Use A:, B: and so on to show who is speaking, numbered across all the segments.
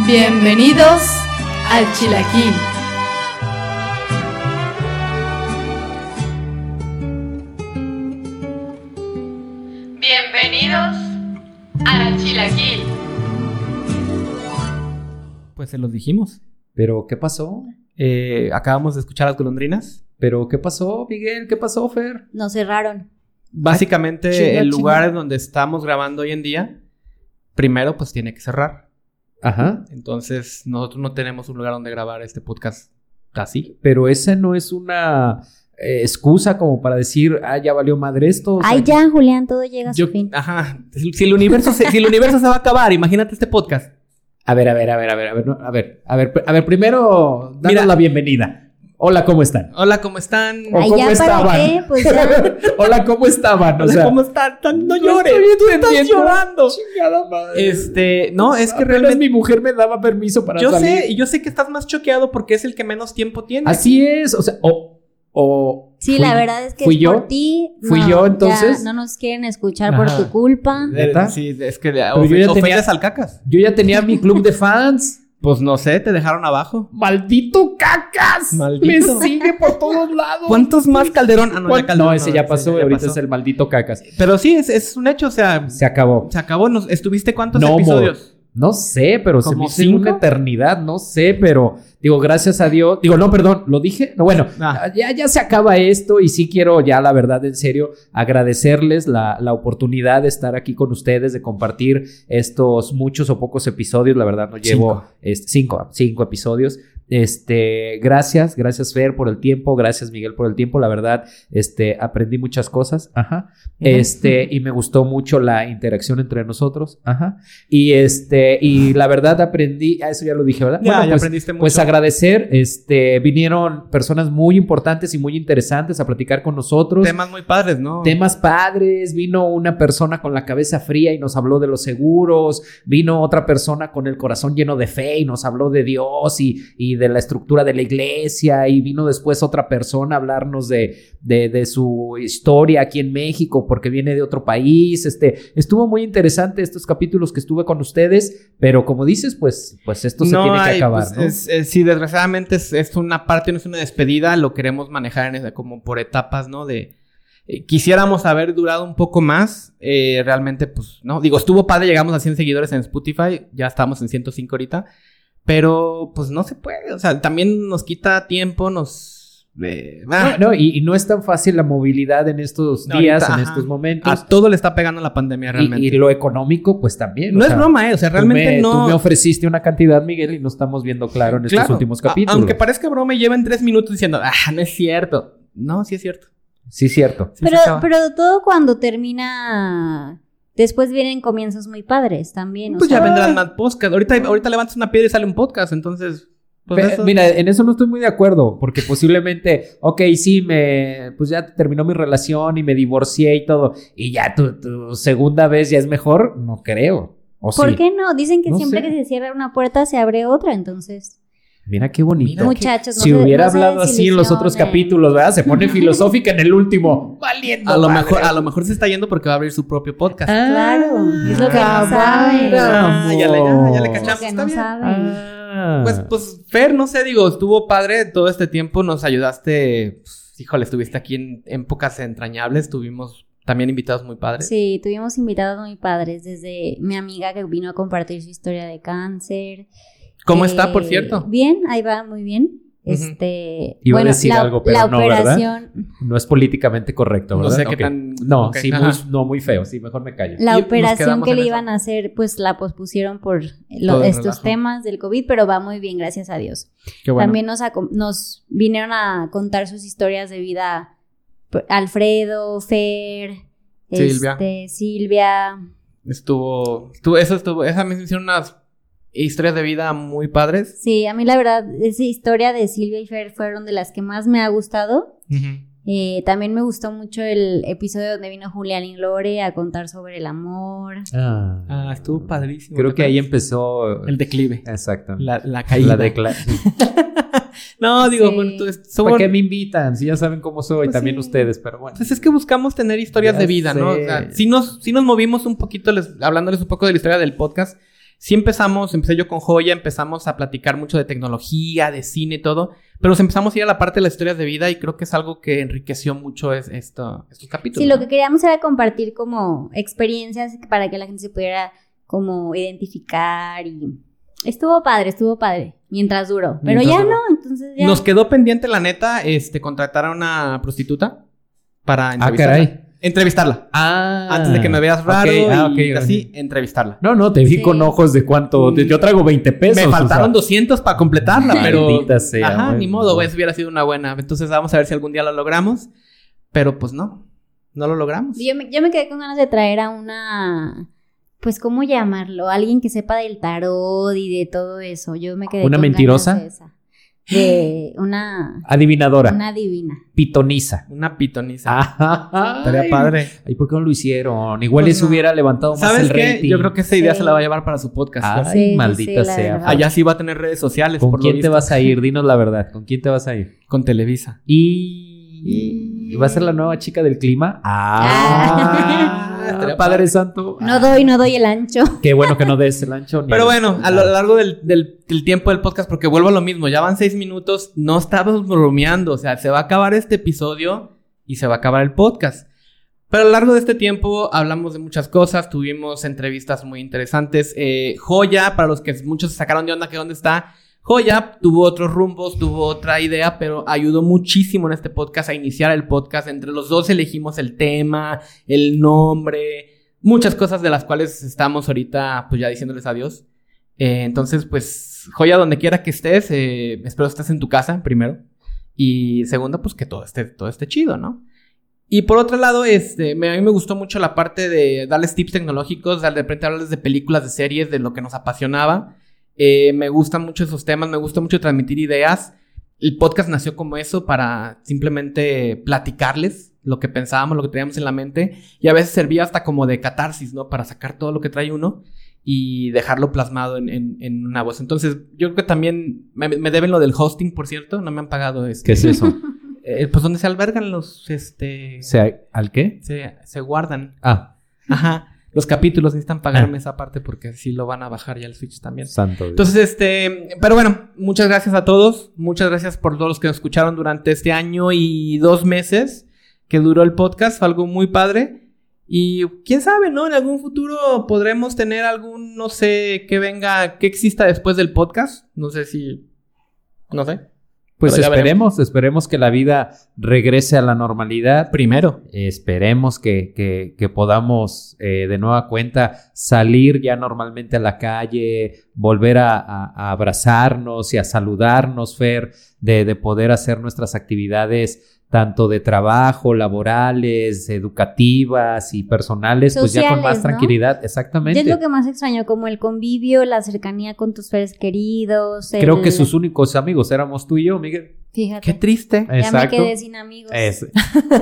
A: Bienvenidos al Chilaquil. Bienvenidos al Chilaquil.
B: Pues se los dijimos.
C: Pero, ¿qué pasó?
B: Eh, acabamos de escuchar las golondrinas.
C: ¿Pero qué pasó, Miguel? ¿Qué pasó, Fer?
D: Nos cerraron.
B: Básicamente,
C: Chinga,
B: el
C: chinga.
B: lugar en donde estamos grabando hoy en día, primero pues tiene que cerrar.
C: Ajá.
B: Entonces, nosotros no tenemos un lugar donde grabar este podcast así.
C: Pero esa no es una eh, excusa como para decir, ah, ya valió madre esto. o sea, ah,
D: Ay, ya, Julián, todo llega a su
B: Yo,
D: fin.
B: ajá, si si el universo se, si el universo se va a acabar, imagínate este podcast.
C: A ver, a ver, a ver, a ver, a ver, no, a ver, a ver, pr- a ver, primero, danos
B: Mira.
C: la bienvenida. Hola, ¿cómo están?
B: Hola, ¿cómo están?
C: Oh, O
D: Ay,
C: ¿cómo
D: ya, ¿para
C: estaban?
D: qué? Pues ya.
C: Hola, ¿cómo estaban? O
B: Hola,
C: sea,
B: ¿Cómo están? Tan- No
C: no
B: llores,
C: estoy-
B: tú
C: no
B: estás
C: entiendo.
B: llorando.
C: Chingada madre.
B: Este, no, es que
C: Apenas
B: realmente
C: mi mujer me daba permiso para
B: yo
C: salir. Ah,
B: sé, y yo sé que estás más choqueado porque es el que menos tiempo tiene.
C: Así es, o sea, o... o
D: Sí,
C: fui-
D: la verdad es que
C: fui
D: es
C: yo.
D: por ti.
C: Fui
D: No,
C: yo, entonces.
D: ya no nos quieren escuchar
B: Ajá.
D: por tu culpa.
B: Eh,
C: ¿Neta?
B: Sí, es que le-
C: yo ya
B: ofe-
C: tenía-
B: ofendes al cacas.
C: Yo ya tenía mi club de fans.
B: Pues no sé, te dejaron abajo.
C: ¡Maldito cacas!
B: Maldito.
C: ¡Me sigue por todos lados!
B: ¿Cuántos más Calderón? Ah,
C: ¿Cuán-
B: ya Calderón
C: no, ese ya pasó, ahorita
B: pasó.
C: es el maldito cacas.
B: Pero sí, es, es un hecho, o sea,
C: Se acabó.
B: se acabó. Nos, ¿Estuviste cuántos
C: No,
B: episodios?
C: No sé, pero se me
B: ¿Como
C: hizo
B: cinco?
C: una eternidad, no sé, pero digo, gracias a Dios. Digo, no, perdón, ¿lo dije? No, bueno,
B: Ah.
C: ya, ya se acaba esto y sí quiero ya, la verdad, en serio, agradecerles la, la oportunidad de estar aquí con ustedes, de compartir estos muchos o pocos episodios. La verdad, no llevo
B: Cinco.
C: este, cinco, cinco episodios. Este, gracias, gracias Fer por el tiempo, gracias Miguel por el tiempo, la verdad, este, aprendí muchas cosas, ajá, este, y me gustó mucho la interacción entre nosotros, ajá, y este, y la verdad aprendí, ah, eso ya lo dije, ¿verdad?
B: Ya,
C: Bueno,
B: ya
C: pues,
B: aprendiste mucho.
C: pues agradecer, este, vinieron personas muy importantes y muy interesantes a platicar con nosotros.
B: Temas muy padres, ¿no?
C: Temas padres, vino una persona con la cabeza fría y nos habló de los seguros, vino otra persona con el corazón lleno de fe y nos habló de Dios y, y de la estructura de la iglesia, y vino después otra persona a hablarnos de, de, de su historia aquí en México porque viene de otro país. Este, estuvo muy interesante estos capítulos que estuve con ustedes, pero como dices, pues, pues esto se tiene
B: hay,
C: que acabar.
B: pues,
C: ¿no?
B: es- es- sí, desgraciadamente es, es una parte, no es una despedida, lo queremos manejar en esa- como por etapas, ¿no? De eh, quisiéramos haber durado un poco más, eh, realmente, pues, no, digo, estuvo padre, llegamos a 100 seguidores en Spotify, ya estamos en 105 ahorita, pero pues no se puede, o sea, también nos quita tiempo, nos... eh, ah,
C: No, no, y, y no es tan fácil la movilidad en estos
B: No,
C: días,
B: ahorita,
C: en
B: ajá.
C: estos momentos.
B: a todo le está pegando la pandemia realmente.
C: Y, y lo económico, pues también. o
B: no es
C: sea,
B: broma, ¿eh? O sea,
C: tú
B: realmente
C: me-
B: no...
C: Tú me ofreciste una cantidad, Miguel, y no estamos viendo claro en estos
B: Claro,
C: últimos
B: a-
C: capítulos.
B: aunque parezca broma y lleven tres minutos diciendo, ah, no es cierto. No, sí es cierto.
C: Sí, cierto.
B: Sí se
D: Pero,
B: acaba.
D: pero todo cuando termina. Después vienen comienzos muy padres también. o
B: Pues ya
D: sea,
B: vendrán más podcasts. Ahorita, ahorita levantas una piedra y sale un podcast, entonces. pues,
C: Pe-
B: eso-
C: Mira, en eso no estoy muy de acuerdo, porque posiblemente, ok, sí, me, pues ya terminó mi relación y me divorcié y todo, y ya tu, tu segunda vez ya es mejor, no creo. ¿O
D: ¿Por
C: sí?
D: qué no? Dicen que
C: No
D: siempre
C: sé.
D: que se cierra una puerta se abre otra, entonces.
C: Mira qué bonito.
B: Mira,
D: Muchachos, pues, no
C: si
D: se-
C: hubiera
D: no se
C: hablado así en los otros
D: desilusionen.
C: capítulos, ¿verdad? Se pone filosófica en el último. Valiendo.
B: a, lo
C: madre.
B: mejor, a lo mejor se está yendo porque va a abrir su propio podcast.
C: Ah,
D: Claro, es lo que no saben.
B: Ah, ya le- ya- ya le
D: Lo
B: cachamos,
D: que
B: está
D: no
B: bien.
D: saben.
B: Pues, pues, Fer, no sé, digo, estuvo padre todo este tiempo, nos ayudaste. pues, híjole, estuviste aquí en en épocas entrañables, tuvimos también invitados muy padres.
D: Sí, tuvimos invitados muy padres, desde mi amiga que vino a compartir su historia de cáncer.
B: ¿Cómo
D: Eh,
B: está, por cierto?
D: Bien, ahí va, muy bien.
B: Ujú.
D: Este,
C: Iba a decir algo, pero
D: la
C: no, ¿verdad?
D: operación,
C: no es políticamente correcto,
B: No
C: ¿verdad?
B: sé qué
C: Ok.
B: tan.
C: No,
B: ok,
C: sí,
B: ajá.
C: muy, no, muy feo. Sí, mejor me callo.
D: La
B: Y nos
D: operación
B: quedamos
D: que
B: en
D: le
B: eso.
D: iban a hacer, pues la pospusieron por lo-
B: Todo el
D: estos
B: relajo.
D: temas del COVID, pero va muy bien, gracias a Dios.
B: Qué bueno.
D: También nos, acom- nos vinieron a contar sus historias de vida p- Alfredo, Fer,
B: Silvia.
D: este, Silvia.
B: Estuvo, estuvo. Eso estuvo. Esa me hicieron unas historias de vida muy padres.
D: Sí, a mí la verdad, esa historia de Silvia y Fer fueron de las que más me ha gustado. Eh, también me gustó mucho el episodio donde vino Julián y Lore a contar sobre el amor.
C: Ah,
B: Ah, estuvo padrísimo.
C: Creo
B: ¿te
C: que ahí
B: acuerdas?
C: empezó.
B: El declive.
C: Exacto.
B: La, la
C: La
B: caída.
C: decla-
B: No, digo,
D: Sí.
B: bueno, tú es- somos-
C: ¿Por qué me invitan? Si ya saben cómo soy,
B: Pues
C: también
B: sí.
C: ustedes, pero bueno.
B: Pues es que buscamos tener historias
C: Ya
B: de vida, ¿no?
C: sé.
B: O sea, sí nos, sí nos movimos un poquito, les- hablándoles un poco de la historia del podcast. sí empezamos, empecé yo con Joya, empezamos a platicar mucho de tecnología, de cine y todo, pero nos empezamos a ir a la parte de las historias de vida y creo que es algo que enriqueció mucho es, esto, estos capítulos.
D: Sí, lo
B: ¿no?
D: que queríamos era compartir como experiencias para que la gente se pudiera como identificar y estuvo padre, estuvo padre, mientras duró. Pero
B: Mientras
D: ya
B: duró.
D: no, entonces ya.
B: Nos quedó pendiente, la neta, este, contratar a una prostituta para
C: Ah,
B: entrevistarla.
C: caray.
B: Entrevistarla.
C: Ah.
B: Antes de que me veas raro
C: Ok, ah, ok,
B: y
C: ok.
B: así, entrevistarla.
C: No, no, te vi
D: Sí.
C: con ojos de cuánto. de- yo traigo 20 pesos.
B: Me
C: o
B: faltaron
C: sea.
B: 200 para completarla, pero...
C: Maldita sea,
B: Ajá,
C: güey.
B: ni modo, pues. güey, eso hubiera sido una buena. Entonces vamos a ver si algún día lo logramos, pero pues no, no lo logramos.
D: Yo me, yo me quedé con ganas de traer a una, pues, ¿cómo llamarlo? Alguien que sepa del tarot y de todo eso. Yo me quedé
C: ¿Una
D: con
C: mentirosa?
D: ganas de esa. De una,
C: Adivinadora.
D: una divina.
C: Pitoniza.
B: Una pitoniza.
C: Ah,
B: Estaría
C: ay.
B: padre.
C: ¿Y por qué no lo hicieron? Igual
B: Pues
C: les
B: no.
C: hubiera levantado más el
B: ¿Sabes qué?
C: rating.
B: Yo creo que esa idea
D: Sí.
B: se la va a llevar para su podcast.
C: Ay,
B: ¿no?
D: Sí, sí,
C: maldita
D: sí, la
C: sea.
D: verdad.
B: Allá sí va a tener redes sociales.
C: Ah. ¿Con
B: por lo
C: quién te
B: visto.
C: vas a ir? Dinos la verdad. ¿Con quién te vas a ir?
B: Con Televisa.
C: Y... ¿Y va a ser la nueva chica del clima?
D: Ah.
C: Ah, estaría Padre Santo.
D: No doy, no doy el ancho.
C: Qué bueno que no des el ancho. ni
B: Pero
C: el-
B: bueno, a lo largo del, del- del tiempo del podcast, porque vuelvo a lo mismo, ya van seis minutos, no estamos bromeando, o sea, se va a acabar este episodio y se va a acabar el podcast. Pero a lo largo de este tiempo hablamos de muchas cosas, tuvimos entrevistas muy interesantes. Eh, Joya, para los que muchos se sacaron de onda que dónde está, Joya tuvo otros rumbos, tuvo otra idea, pero ayudó muchísimo en este podcast a iniciar el podcast. Entre los dos elegimos el tema, el nombre, muchas cosas de las cuales estamos ahorita pues ya diciéndoles adiós. Eh, entonces, pues, joya donde quiera que estés, eh, espero estés en tu casa, primero. Y segundo, pues que todo esté, todo esté chido, ¿no? Y por otro lado, este, me- a mí me gustó mucho la parte de darles tips tecnológicos, de repente hablarles de películas, de series, de lo que nos apasionaba. Eh, me gustan mucho esos temas, me gusta mucho transmitir ideas. El podcast nació como eso, para simplemente platicarles lo que pensábamos, lo que teníamos en la mente. Y a veces servía hasta como de catarsis, ¿no? Para sacar todo lo que trae uno y dejarlo plasmado en, en- en una voz. Entonces, yo creo que también me, me deben lo del hosting, por cierto. No me han pagado este.
C: ¿Qué es eso?
B: Eh, pues donde se albergan los, este...
C: O sea, ¿Al qué?
B: Se, se guardan.
C: Ah,
B: Ajá. Los capítulos necesitan pagarme esa parte porque sí lo van a bajar ya el Switch también.
C: santo. Dios.
B: Entonces, este, pero bueno, muchas gracias a todos. Muchas gracias por todos los que nos escucharon durante este año y dos meses que duró el podcast. Fue algo muy padre. Y quién sabe, ¿no? En algún futuro podremos tener algún, no sé, que venga, que exista después del podcast. No sé si. No sé.
C: pues
B: pero ya
C: esperemos, esperemos que la vida regrese a la normalidad.
B: Primero.
C: Esperemos que, que- que podamos eh, de nueva cuenta salir ya normalmente a la calle, volver a, a- a abrazarnos y a saludarnos, Fer, de, de poder hacer nuestras actividades tanto de trabajo, laborales, educativas y personales, pues ya con
D: Sociales,
C: más
D: ¿no?
C: tranquilidad,
D: Yo
C: exactamente.
D: es lo que más extraño, como el convivio, la cercanía con tus seres queridos. el-
C: Creo que sus únicos amigos éramos tú y yo, Miguel.
B: Qué
D: Fíjate,
B: triste.
D: ya
C: Exacto.
D: me quedé sin amigos.
C: Es-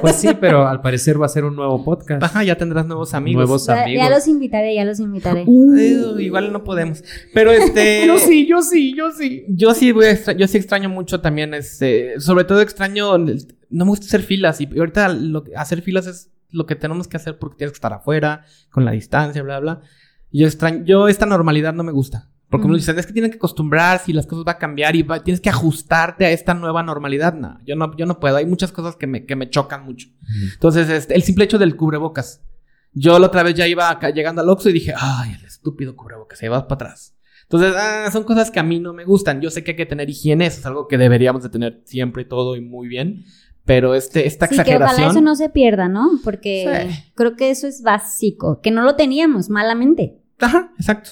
C: Pues sí, pero al parecer va a ser un nuevo podcast.
B: Ajá, ya tendrás nuevos amigos.
C: Nuevos
D: Ya-
C: amigos.
D: Ya los invitaré, ya los invitaré.
B: Eh, igual no podemos. Pero este.
C: Uh. Yo sí, yo sí, yo sí.
B: Yo sí voy a extra- yo sí extraño mucho también este, sobre todo extraño el- no me gusta hacer filas y ahorita lo que- hacer filas es lo que tenemos que hacer porque tienes que estar afuera con la distancia, bla bla. Yo extraño yo esta normalidad no me gusta. Porque
D: Ujú.
B: uno dice, es que tienen que acostumbrarse y las cosas van a cambiar y va- tienes que ajustarte a esta nueva normalidad. No, yo no, yo no puedo. Hay muchas cosas que me, que me chocan mucho. Entonces, este, el simple hecho del cubrebocas. Yo la otra vez ya iba acá llegando al Oxxo y dije, ay, el estúpido cubrebocas, ahí vas para atrás. Entonces, ah, son cosas que a mí no me gustan. Yo sé que hay que tener higiene, eso es algo que deberíamos de tener siempre y todo y muy bien. Pero este, esta
D: Sí, que
B: exageración...
D: ojalá eso no se pierda, ¿no? Porque
B: Sí.
D: creo que eso es básico, que no lo teníamos malamente.
B: Ajá, exacto.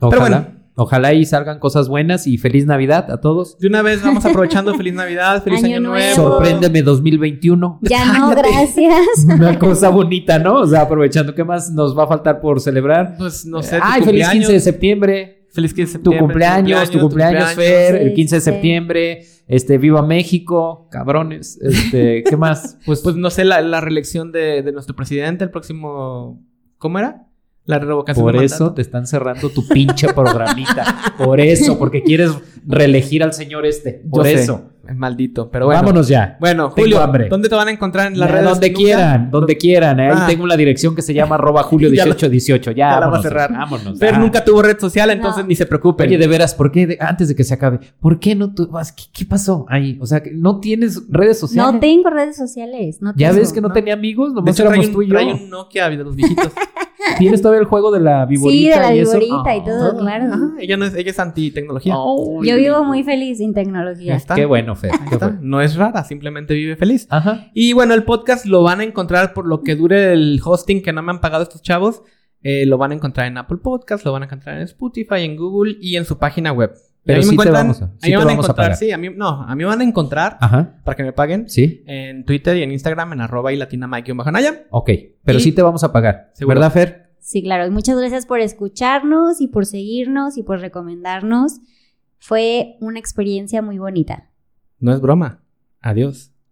C: Ojalá,
B: Pero bueno.
C: ojalá y salgan cosas buenas y feliz Navidad a todos.
B: De una vez vamos aprovechando. Feliz Navidad, feliz Año,
D: Año
B: Nuevo.
D: Nuevo.
C: Sorpréndeme 2021.
D: Ya no, gracias.
C: Una cosa bonita, ¿no? O sea, aprovechando qué más nos va a faltar por celebrar.
B: Pues no sé. tu
C: Ay, feliz
B: cumpleaños.
C: 15 de septiembre.
B: Feliz 15 de
C: Tu
B: septiembre,
C: cumpleaños, tu cumpleaños, Fer,
D: Sí,
C: el 15 de
D: sí.
C: septiembre, este, viva México, cabrones, este, ¿qué más? Pues,
B: Pues no sé, la, la reelección de, de nuestro presidente el próximo... ¿Cómo era? La revocación
C: Por
B: de
C: eso te están cerrando tu pinche programita. Por eso, porque quieres reelegir al señor este.
B: Yo
C: Por
B: sé,
C: eso.
B: es maldito, pero bueno.
C: Vámonos ya.
B: Bueno,
C: Tengo
B: Julio,
C: hambre.
B: ¿dónde te van a encontrar en las
C: Ya,
B: redes?
C: donde
B: Nunca-
C: quieran, donde quieran. ¿eh? Ahí
B: Ah.
C: tengo la dirección que se llama arroba julio
B: Ya la-
C: 1818. Ya,
B: ya la va a
C: vámonos,
B: cerrar.
C: Vámonos.
B: Fer
C: ya.
B: nunca tuvo red social, entonces
D: No.
B: ni se preocupe.
C: Ah. Oye, de veras, ¿por qué? de- antes de que se acabe, ¿por qué no tú vas? ¿Qué, qué pasó ahí? O sea, que no tienes redes sociales.
D: No tengo redes sociales. No
C: ya
D: tengo.
C: ves que no,
B: no.
C: tenía amigos,
B: De
C: nomás
B: hecho,
C: éramos
B: trae
C: tú
B: un,
C: y yo.
B: trae un Nokia de los viejitos.
C: ¿Tienes todavía el juego de la viborita?
D: Sí, de la
C: y eso?
D: viborita y todo,
C: Ah.
D: claro.
B: Ajá, ella, no es, ella es anti-tecnología.
C: Oh,
D: Yo vivo muy feliz sin
B: Ya
D: tecnología.
B: está.
C: Qué bueno, Fer.
B: Ahí
C: qué
B: está.
C: bueno.
B: No es rara, simplemente vive feliz.
C: Ajá.
B: Y bueno, el podcast lo van a encontrar por lo que dure el hosting que no me han pagado estos chavos. Eh, lo van a encontrar en Apple Podcast, lo van a encontrar en Spotify, en Google y en su página web.
C: Pero
B: a mí me
C: sí te
B: encuentran-
C: vamos a-
B: a mí
C: sí te
B: me van a
C: vamos a
B: encontrar,
C: pagar. Ah.
B: sí, a mí, no, a mí me van a encontrar
C: Ajá.
B: para que me paguen
C: Sí.
B: en Twitter y en Instagram en arroba y latina Mike y bajo Naya.
C: Ok. Pero
B: Y-
C: sí te vamos a pagar.
B: Seguro.
C: ¿Verdad, Fer?
D: Sí, claro. Y Muchas gracias por escucharnos y por seguirnos y por recomendarnos. Fue una experiencia muy bonita.
B: No es broma. Adiós.